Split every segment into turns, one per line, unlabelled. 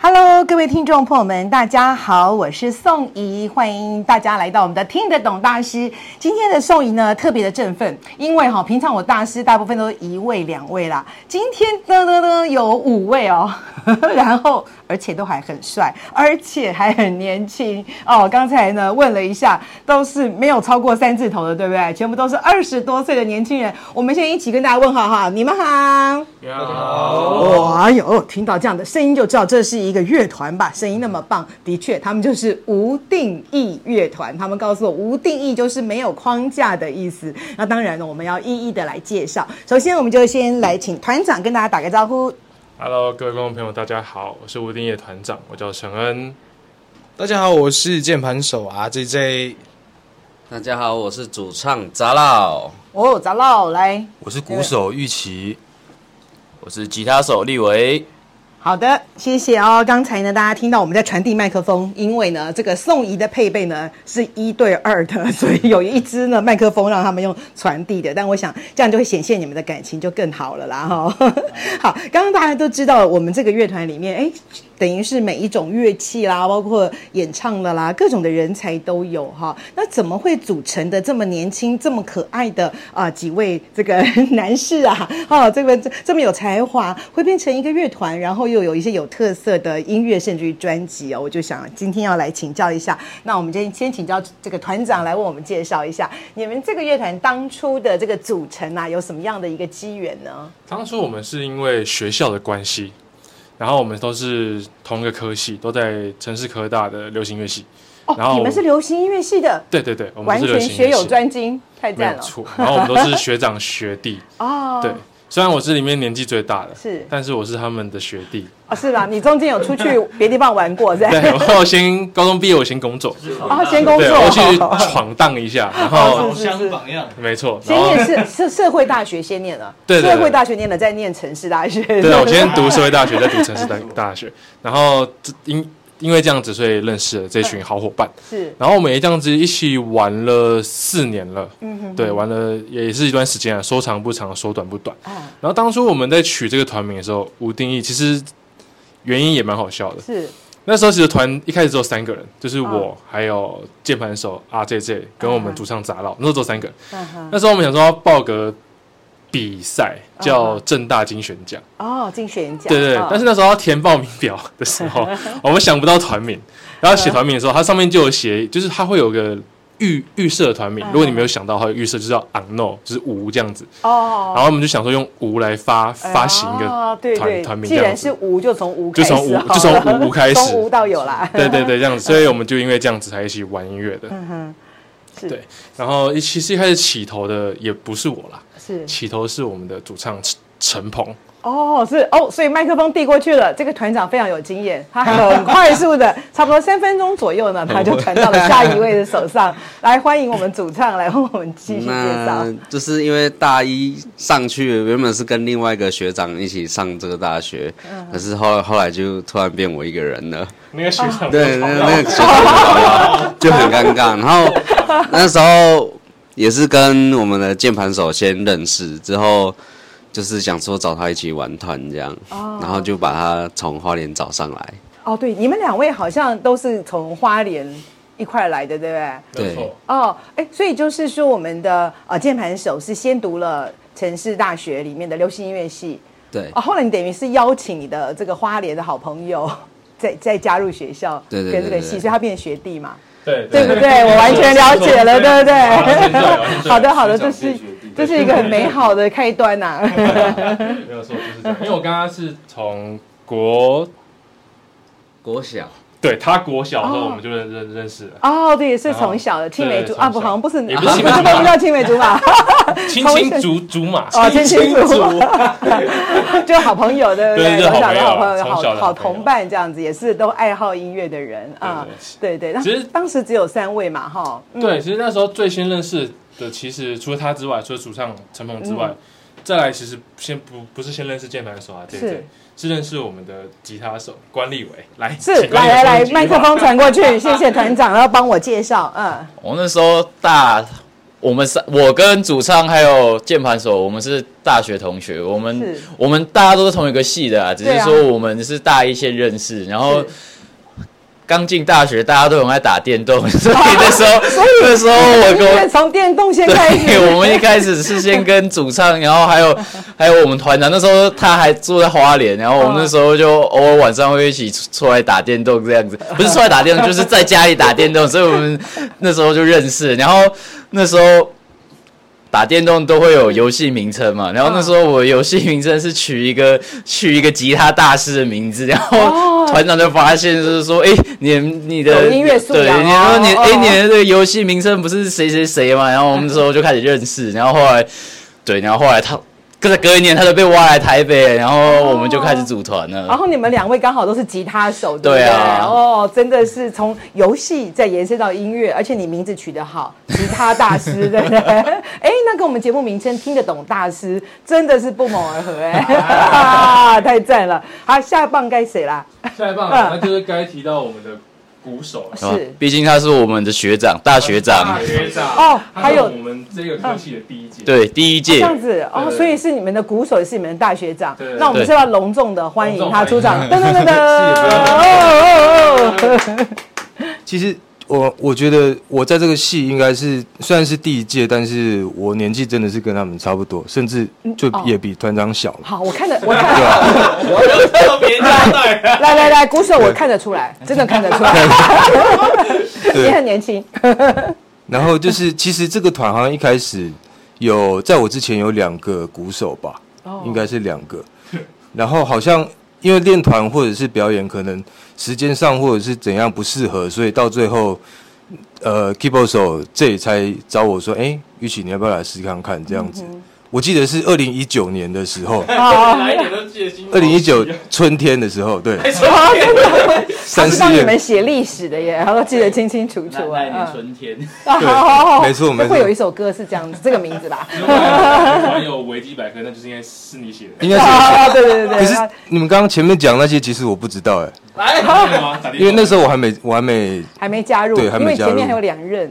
Hello，各位听众朋友们，大家好，我是宋怡，欢迎大家来到我们的听得懂大师。今天的宋怡呢，特别的振奋，因为哈、平常我大师大部分都是一位、两位啦，今天呢呢呢有五位哦， 然后而且都还很帅，而且还很年轻哦。刚才呢问了一下，都是没有超过三字头的，对不对？全部都是二十多岁的年轻人。我们现在一起跟大家问好哈，你们好。
大家好，
哇、哎呦，听到这样的声音就知道这是一个乐团吧？声音那么棒，的确，他们就是无定义乐团。他们告诉我，无定义就是没有框架的意思。那当然呢，我们要一一的来介绍。首先，我们就先来请团长跟大家打个招呼。
Hello，各位观众朋友，大家好，我是吴定业团长，我叫陈恩。
大家好，我是键盘手 RJJ。
大家好，我是主唱杂老，
哦，长老来，
我是鼓手玉琪，
我是吉他手立维。
好的，谢谢哦。刚才呢，大家听到我们在传递麦克风，因为呢，这个宋怡的配备呢是一对二的， 所以有一支呢麦克风让他们用传递的。但我想这样就会显现你们的感情就更好了啦哈、 好，刚刚大家都知道，我们这个乐团里面，哎，等于是每一种乐器啦，包括演唱的啦，各种的人才都有哈。那怎么会组成的这么年轻、这么可爱的啊、几位这个 男士啊？哦，这个这这么有才华，会变成一个乐团，然后又有一些有特色的音乐，甚至于专辑哦。我就想今天要来请教一下，那我们先先请教这个团长来为我们介绍一下，你们这个乐团当初的这个组成啊，有什么样的一个机缘呢？
当初我们是因为学校的关系，然后我们都是同一个科系，都在城市科大的流行乐系。然
哦，
后
你们是流行音乐系的，
对对对，我们
完
是流
全
行乐
学有
系
专精，太
没
赞
有
了
错。然后我们都是学长学弟，
哦！
对。虽然我是里面年纪最大的，
是
但是我是他们的学弟。
哦，是吧？你中间有出去别地方玩过，是吧？
对，我我先高中毕业，我先工作，
哦，先 工
对，我去
作，哦
闯荡一下，然后
是是是，
榜样，
没错，
先
然后
念社社社会大学，先念了，
哦对对对
社会大学念了，再念城市大学。
对，啊我先读社会大学，再读城市大大学，然后这因因为这样子，所以认识了这群好伙伴，
是
然后我们也这样子一起玩了四年了，对，玩了也是一段时间啊，说长不长，说短不短。
啊，
然后当初我们在取这个团名的时候，无定义，其实原因也蛮好笑的。
是
那时候其实团一开始只有三个人，就是我，还有键盘手 RJJ 跟我们主唱杂老，那时候只有三个人。
嗯哼
那时候我们想说要报个比赛，叫正大金选奖。
哦，竞选奖
对对，
哦
但是那时候要填报名表的时 候，我们想不到团名，然后写团名的时候，它上面就有写，就是它会有个预预设的团
嗯
名，如果你没有想到，它的预设就是要 unknown，就是无这样子，然
哦，
后我们就想说用无来发发行一
哦
个
对
团
对
团名
既
这样
然
子
是。无，就从无
就
开始
从
好了，
无就从无开始
从无到有啦。
对对 对，这样子，所以我们就因为这样子才一起玩音乐的。
嗯哼，是
对然后其实一开始起头的也不是我啦，
是
起头是我们的主唱陈陈鹏，
哦，是哦，所以麦克风递过去了。这个团长非常有经验，他很快速的， 差不多三分钟左右呢，他就传到了下一位的手 上。来，欢迎我们主唱来为我们继续介绍
那。就是因为大一上去，原本是跟另外一个学长一起上这个大学，可是后来后来就突然变我一个人了。
那个学
哦
长
对，那那个学长就很尴尬。然后那时候也是跟我们的键盘手先认识，之后就是想说找他一起玩团这样，然后就把他从花莲找上来。
哦，对，你们两位好像都是从花莲一块来的，对不对？
对
哦，哎，所以就是说，我们的呃键盘手是先读了城市大学里面的流行音乐系，
对
哦，后来你等于是邀请你的这个花莲的好朋友。再再加入学校，
对对对
跟这个
对对
系，所以他变成学弟嘛。
对
对不对？我完全了解了， 对不对？好
好
的，好的，这是这是一个很美好的开端 呐、
没有错，就是这样。因为我刚刚是从国
国小
对他国小的时候
哦
我们就认认认识了，
哦，对，也是从小的青
对
梅
对
竹
从
啊，不，
小
好像不是，
也
不
不
是
是青梅
不
竹马
叫青梅竹马，
青
同
青
学
竹竹马，
哦，青青竹
竹
马， 就好朋友，对不
对
从
就
小的
好朋友
好朋友，
从小
好
的
好
好朋友
同伴这样子，也是都爱好音乐的人啊，对对。那
其实
当时只有三位嘛，哈，嗯
对，其实那时候最先认识的，其实除了他之外，除了主唱陈鹏之外，
嗯
再来其实先不不是先认识键盘手啊，对
是
对，是认识我们的吉他手关立伟。来，
是
请，关
来来
立伟
来
说，几
麦
句
克
话
风传过 去，谢谢团长，然后帮我介绍，嗯，
我那时候大，我们三，我跟主唱还有键盘手，我们是大学同学，我们
是
我们大家都是同一个系的啊，只
对
是
啊
说我们是大一先认识，然后
是
刚进大学，大家都很爱打电动，所以那时候，那
哦
时候我跟
音乐
我。
从电动先开始，
对，我们一开始是先跟主唱，然后还有 还有我们团长，那时候他还住在花莲，然后我们那时候就偶尔晚上会一起出出来打电动这 样子，不是出来打电动，就是在家里打电动，所以我们那时候就认识，然后那时候。打电动都会有游戏名称
嗯
嘛，然后那时候我游戏名称是取一个 取一个吉他大师的名字，然后团长就发现就是说，哎、你你的
哦有音乐素
对，
养
你
哦
说你哎、
哦
你的这个游戏名称不是谁谁谁嘛，然后我们那时候就开始认识，然后后来对，然后后来他隔隔一年他就被挖来台北，然后我们就开始组团了。
然后你们两位刚好都是吉他手，对不
对啊
哦，真的是从游戏再延伸到音乐，而且你名字取得好，吉他大师，对不对？哎，那跟我们节目名称听得懂大师，真的是不谋而合，哎，啊太赞了！好，下一棒该谁啦？
下一棒，
嗯
那就是该提到我们的鼓手了。
是吧
是
毕竟他是我们的学长，大学长
大，学长
哦
他
还
嗯是
有
我们这个科系的第一届，，
对，第一
这
届，
样子哦，
对
所以是你们的鼓手，也是你们的大学长
对。
那我们
对
是要隆重的欢迎
隆重
他
欢迎
出场，噔噔噔噔，哦哦哦哦
其实我我觉得我在这个戏应该是虽然是第一届，但是我年纪真的是跟他们差不多，甚至就
哦
也比团长小了。
好，我看得，我看得。
特别交代
来来来，鼓手我看得出 来，真的看得出来， 你很年轻，
然后就是，其实这个团好像一开始有在我之前有两个鼓手吧，
哦
应该是两个。然后好像因为练团或者是表演，可能时间上或者是怎样不适合，所以到最后，呃，keyboard 手这里才找我说：“哎，玉琪，你要不要来试看看？”这样
嗯
子，我记得是二零一九年的时 候，
哦
来一点都记得清楚
二零一九春天的时候，对，
哎他
三
是
四
帮你们
月，
写历史的耶，然后记得清清楚楚啊。嗯
春天，
啊好好好，
没错没错
会有一首歌是这样子，这个名字 吧？
如果还有维基百科，那就是应该是你写的。
应该是。
啊， 对对对对。
可是
啊
你们刚刚前面讲那些，其实我不知道哎、
哎
因为那时候我还没我还没
还没加入，
对还
因为
没加
前
入
面还有两任，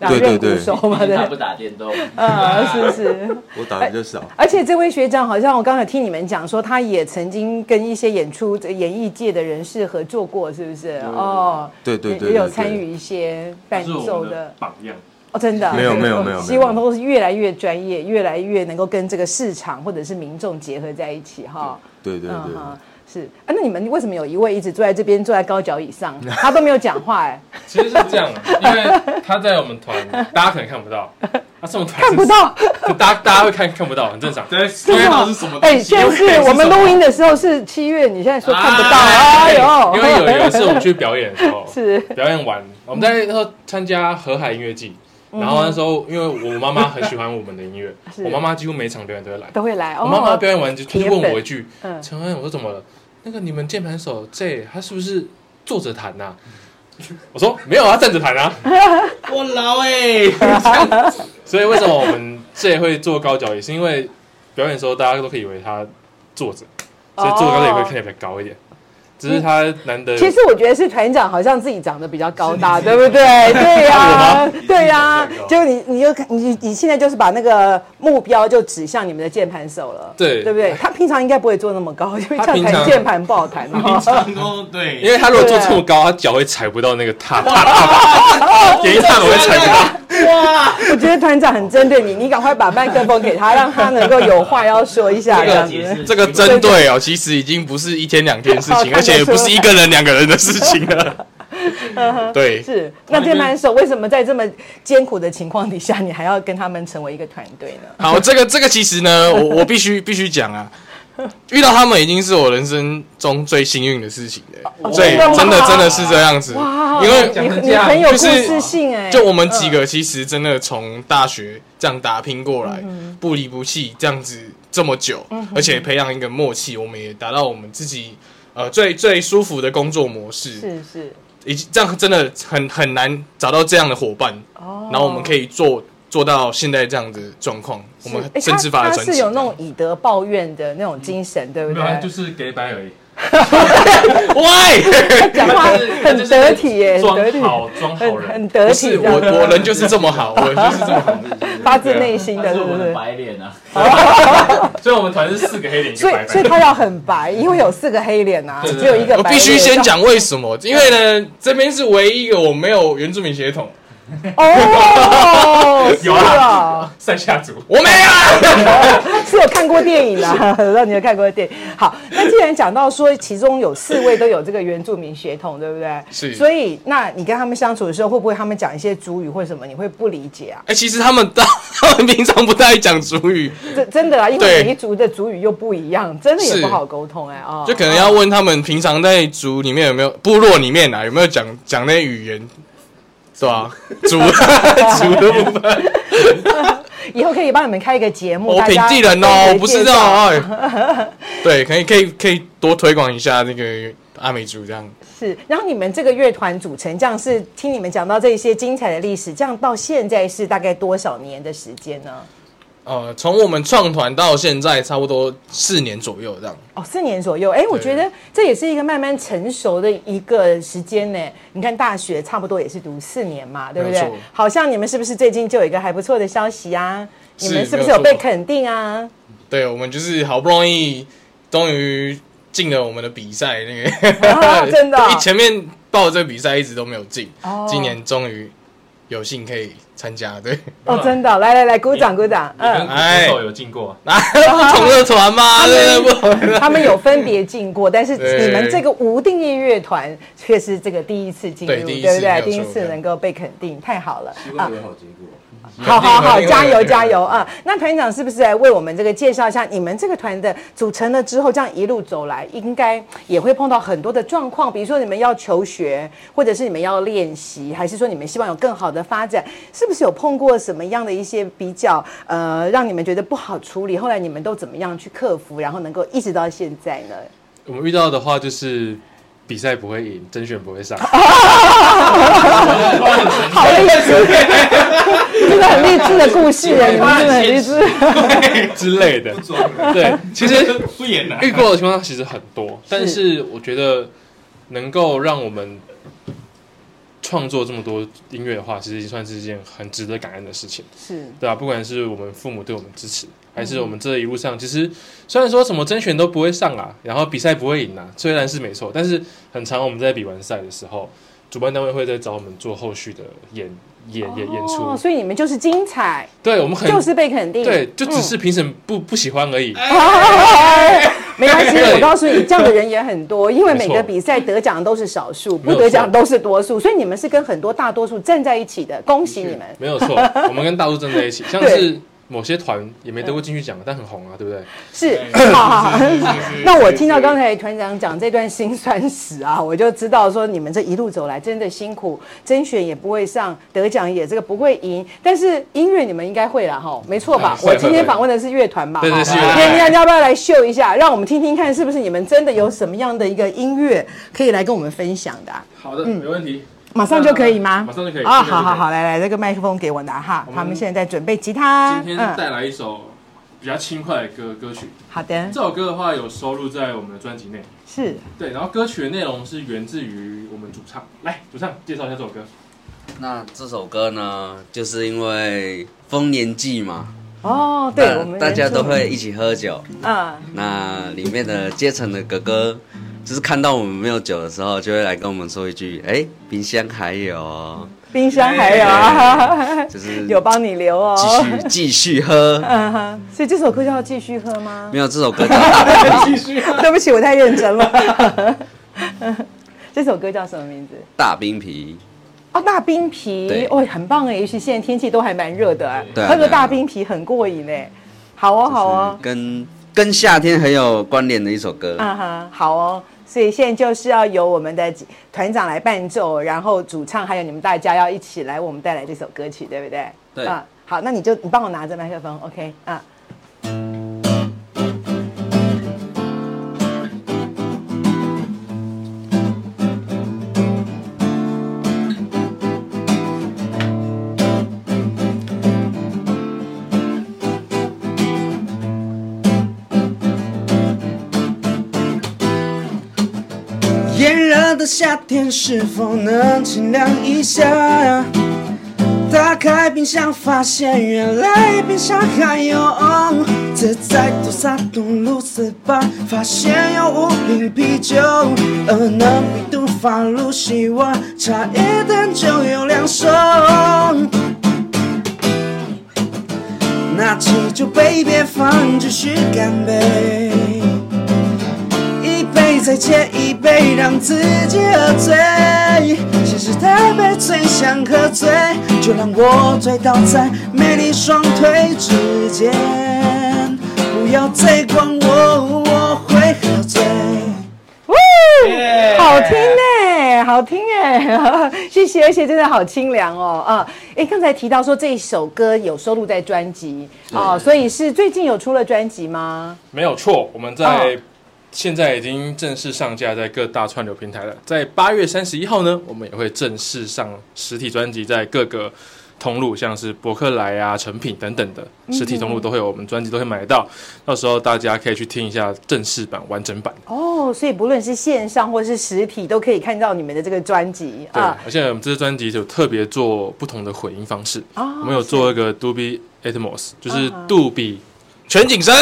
两
对
任
对
鼓
对
手嘛，对，
打电动，
啊，是是。
我打的就少。
而且这位学长好像我刚才听你们讲说，他也曾经跟一些演出、这演艺界的人士合作过，是不是？哦，
对对
也
对
也有
对对
参与一些伴
是我
奏
们
的
的榜样，
哦，真的啊
没有没有
嗯
没有
希望都是越来越专业，越来越能够跟这个市场或者是民众结合在一起哈。
对对对，
哈，是啊，那你们为什么有一位一直坐在这边，坐在高脚椅上，他都没有讲话 哎，
其实是这样啊，因为他在我们团，大家可能看不到，他啊是我们团
看不到，
就大家大家会看看不到，很正常。对，因为
吗
是什么？
哎，现在是我们录音的时候是七月，你现在说看不到，哎呦，
因为有有一次我们去表演的时 候，
是
表演完，我们在那时候参加河海音乐季，然后那时候因为我妈妈很喜欢我们的音 乐，我妈妈几乎每场表演都会来。
都会来，
我
哦，
妈妈表演完就就
铁粉
问我一句
嗯：“
陈恩，我说怎么了？那个你们键盘手 J 他是不是坐着弹呐？” 我说：“没有啊，站着弹啊。
我老哎，”
所以为什么我们 J 会坐高脚椅，是因为表演的时候大家都可以以为他坐着，
哦
所以坐高脚椅会看起来比较高一点。只是他难得
其实我觉得是团长好像自己长得比较高大，对不对？ 对呀、对呀、就你你就你你现在就是把那个目标就指向你们的键盘手了，
对
对不对？他平常应该不会做那么高，因为这
他
样
平常
弹键盘不好弹哦。
哦对，
因为他如果坐这么高，他脚会踩不到那个踏踏
哦
踏，点一踏我会踩不到。
啊我觉得团长很针对你，你赶快把麦克风给他，让他能够有话要说一下，这样子。
这个针对哦，其实已经不是一天两天的事
好看
情，
得
而且也不是一个人两个人的事情了。 对，
是，那键盘手为什么在这么艰苦的情况底下，你还要跟他们成为一个团队呢？
好，这个这个其实呢，我我必须必须讲啊，
遇到他们已经是我人生中最幸运的事情了，所以
真的吗
真的真的是这样子，
哇，
因为
你你很有故事性哎、
就我们几个其实真的从大学这样打拼过
嗯
来，不离不弃这样子这么久，而且培养一个默契，我们也达到我们自己呃最最舒服的工作模式，
是是
以及这样真的很很难找到这样的伙伴，
哦
然后我们可以做做到现在这样的状况，我们
是诶欸
甚至发
他
了
他
专辑
是有那种以德报怨的那种精神，对不
没有，啊他就
对？
是给 白而已，
喂，
他讲话很得体耶，很
装
得体，
好装好
很
人，
很得
不
体
是
这
我
样，
我人就是这么好，我就是这么 好，
发
啊
自内心的，
是
对不
我
对
的？白脸啊，
所以我们团是四个黑脸 一个
所以
白
所以
白。
他要很白，因为有四个黑脸啊，只有一个
我
白。
必须先讲为什么，因为呢这边是唯一一个我没有原住民血统。
哦，是
有啊
啊，
塞夏族，
我没有。啊
是有看过电影 啊，让你有看过电影。好，那既然讲到说其中有四位都有这个原住民血统，对不对？
是
所以那你跟他们相处的时候，会不会他们讲一些主语或什么，你会不理解啊？
哎、其实他们 大，他们平常不太讲主语，
这真的啊，因为
对
每一族的族语又不一样，真的也
是
不好沟通哎、啊。
就可能要问他们平常在族里面有没有部落里面啊，有没有讲讲那语言，是吧？族族的部分，
以后可以帮你们开一个节目，
我
大
平
家
地人
可
哦，
以
我不知
介
道
绍
哎、对，可以可以可以多推广一下那个阿美族这样。
是，然后你们这个乐团组成，这样是听你们讲到这些精彩的历史，这样到现在是大概多少年的时间呢？
呃，从我们创团到现在差不多四年左右这样。
哦，四年左右。哎，我觉得这也是一个慢慢成熟的一个时间呢。你看大学差不多也是读四年嘛，对不
没
对
有错？
好像你们是不是最近就有一个还不错的消息啊？你们是
是
不
没
是
有
有被
错
肯定啊？
对，我们就是好不容易，终于进了我们的比赛，那个、
啊真的啊
一前面报这个比赛一直都没有进，
哦
今年终于有幸可以参加。对，
哦，真的哦，来来来，鼓掌鼓掌。嗯，
跟手有进过，
啊，不同的团吗？对不同 的
他们有分别进过，但是
对
你们这个无定义乐团却是这个第一次进入，
对
对
第一次
不对？
没有错
第一次能够被肯定，太好了啊！
好结果。
好好好，
肯定
加油
肯定
加油啊！那团长是不是来为我们这个介绍一下你们这个团的组成了之后，这样一路走来，应该也会碰到很多的状况，比如说你们要求学，或者是你们要练习，还是说你们希望有更好的发展？是不是有碰过什么样的一些比较呃，让你们觉得不好处理？后来你们都怎么样去克服，然后能够一直到现在呢？
我们遇到的话就是比赛不会赢，甄选不会上，
好励志，真的很励志的故事哎，你们真的很 励志。
之类的。对，其实
不演了
遇过的情况其实很多，但是我觉得能够让我们创作这么多音乐的话，其实已经算是一件很值得感恩的事情。
是
对啊，不管是我们父母对我们支
嗯
持，还是我们这一路上，其实虽然说什么甄选都不会上啊，然后比赛不会赢啊，虽然是没错，但是很常我们在比完赛的时候，主办单位会在找我们做后续的演演演演
哦，
出，
所以你们就是精彩，
对我们很
就是被嗯哎肯定。
对，就只是评审不不喜欢而已，
没关系，
对
我告诉你，这样的人也很 多，因为每个
没错
比赛得奖都是少数，不
没有
得奖
错
都是多数，所以你们是跟很多大多数站在一起的，恭喜你们。
没 有错，我们跟大陆站在一起，像
对
是某些团也没得过金曲奖，但很红啊，对不对？
是，好好好。 那我听到刚才团长讲这段辛酸史啊，我就知道说你们这一路走来真的辛苦，甄选也不会上，得奖也这个不会赢，但是音乐你们应该会啦哈，没错吧？
会
我今天
会
访问的是乐团嘛，
对对
哈
是乐团
那你要要不要来秀一下，让我们听听看是不是你们真的有什么样的一个音乐可以来跟我们分享的啊、
好的，没问题。
马上就可以吗？
马上就可以
啊！
现在就可
好
以
好好，来来，这个麦克风给我拿哈。他们现在在准备吉他。嗯
今天带来一首比较轻快的歌歌曲，
好的
这，首歌的话有收录在我们的专辑内。
是
对，然后歌曲的内容是源自于我们主唱，来，主唱介绍一下这首歌。
那这首歌呢，就是因为丰年祭嘛，
哦，对，
那
我们
大家
原住
都
民
会一起喝酒。
嗯。
那里面的阶层的哥哥，就是看到我们没有酒的时候，就会来跟我们说一句：“哎、冰箱还有 哦，
冰箱还有啊，
就是
有帮你留哦。
继续继续喝。
嗯哼，所以这首歌叫继续喝吗”？
没有这首歌叫大
对不起，我太认真了。 这首歌叫什么名字？
大冰皮，
哦，大冰皮
对，
哦，很棒哎，尤其现在天气都还蛮热的哎，
对啊
喝个
对啊
大冰皮很过瘾哎。好哦，好哦，
跟跟夏天很有关联的一首歌。
啊哈，好哦。所以现在就是要由我们的团长来伴奏，然后主唱还有你们大家要一起来为我们带来这首歌曲，对不对？
对
啊，好，那你就你帮我拿着麦克风，OK 啊。
炎热的夏天是否能清凉一下？打开冰箱，发现原来冰箱还有只在多萨东路四八，发现有五瓶啤酒，而能比东法路西瓦，差一点就有两手。拿起酒杯，别放，继续干杯。一杯再接一杯，让自己喝醉。现实太悲催，想喝醉，就让我醉倒在美丽双腿之间。不要再管我，我会喝醉。
呜，好听哎、好听哎、 谢谢，而且真的好清凉哦啊！哎，刚才提到说这一首歌有收录在专辑哦，所以是最近有出了专辑吗？
没有错，我们在
哦
现在已经正式上架在各大串流平台了。在八月三十一号呢，我们也会正式上实体专辑，在各个通路，像是博客来啊、成品等等的实体通路都会有，我们专辑都会买得到。到时候大家可以去听一下正式版、完整版。
哦，所以不论是线上或是实体，都可以看到你们的这个专辑
对
啊，。
而且我们这支专辑有特别做不同的混音方式，
哦
我们有做一个杜比 Atmos，就是杜比
全景声，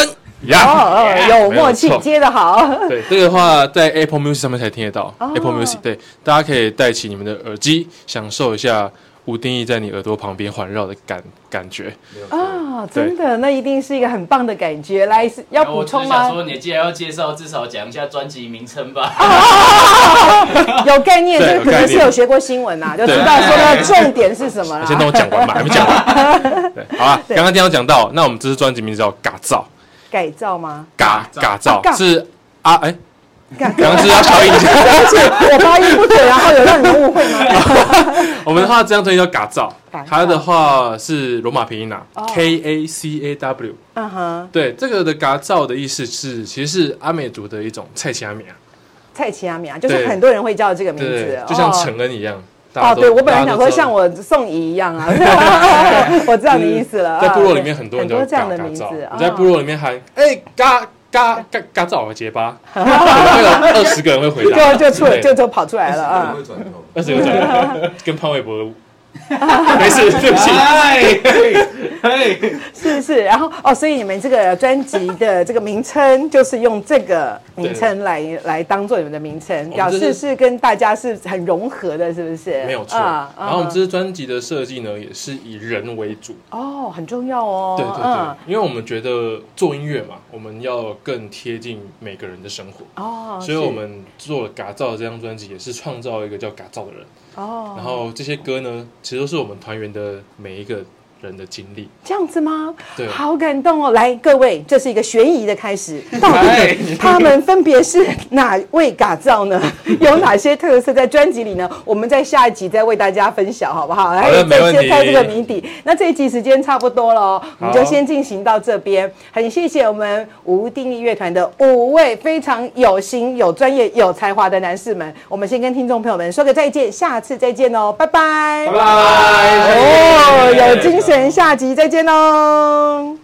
呀，
啊哦， 有
没有
默契，
错
接的 好。
对，这个话在 Apple Music 上面才听得到。Apple
哦
Music，对，大家可以戴起你们的耳机，享受一下无定义在你耳朵旁边环绕的感感觉。
啊，真的，那一定是一个很棒的感觉。来，是要补充
哎我只是想
吗？
说，你既然要介绍，至少讲一下专辑名称吧。
有概念，
对
这个可能是
有概念
有学过新闻啊，就知道说的重点是什么
先等
啦。
我讲 完吧，还没讲完。对，好啦，刚刚听到讲到，那我们这支专辑名字叫《嘎造
改造吗？》，
嘎嘎造
哦嘎
是啊，哎，
嘎
刚刚是要调音一下。
而且我发音不准，然后有让你们误 会吗？
我们的话，这张专辑叫《嘎造
嘎造》，哦
它的话是罗马拼音啊，K A C A W。
嗯哼，
对，这个的嘎造的意思是，其实是阿美族的一种菜奇阿米啊。
蔡奇阿米啊，就是
对
很多人会叫这个名字
对，，就像
哦
承恩一样。大
哦，
家都
对我本来
大家
想
都
说
知道
像我宋怡一样 啊，我知道你意思了。
在
啊
部落里面很多人
很
都
多
有
这样的
嘎
名字
嘎噪，
啊
我在部落里面喊哎嘎嘎嘎嘎造我结 巴，可能会有二十个人会回答，
就就出
对
就就跑出来了啊
我。会转头。
二十 个人跟潘玮柏 的舞，没事，对不起，
是是，然后哦，所以你们这个专辑的这个名称就是用这个名称来来当做你们的名称，
们
表
这
示
是
是跟大家是很融合的，是不是？
没有错。
啊
然后我们
啊
这支专辑的设计呢，也是以人为主，
哦，很重要哦。
对对
嗯
对，因为我们觉得做音乐嘛，我们要更贴近每个人的生活。
哦，
所以
是
我们做了《嘎造》这张专辑，也是创造一个叫“嘎造”的人。
哦，
然后这些歌呢，其实都是我们团员的每一个人的经历。
这样子吗？
对
好感动哦！来，各位，这是一个悬疑的开始，到底他们分别是哪位嘎造呢？ 有哪些特色在专辑里呢？我们在下一集再为大家分享，好不好？
的
来
没问
再
题
揭开这个谜底。那这一集时间差不多了哦，我们就
好
先进行到这边。很谢谢我们无定义乐团的五位非常有心、有专业、有才华的男士们。我们先跟听众朋友们说个再见，下次再见哦，拜拜。拜拜。哦，有精神，下集再见喽。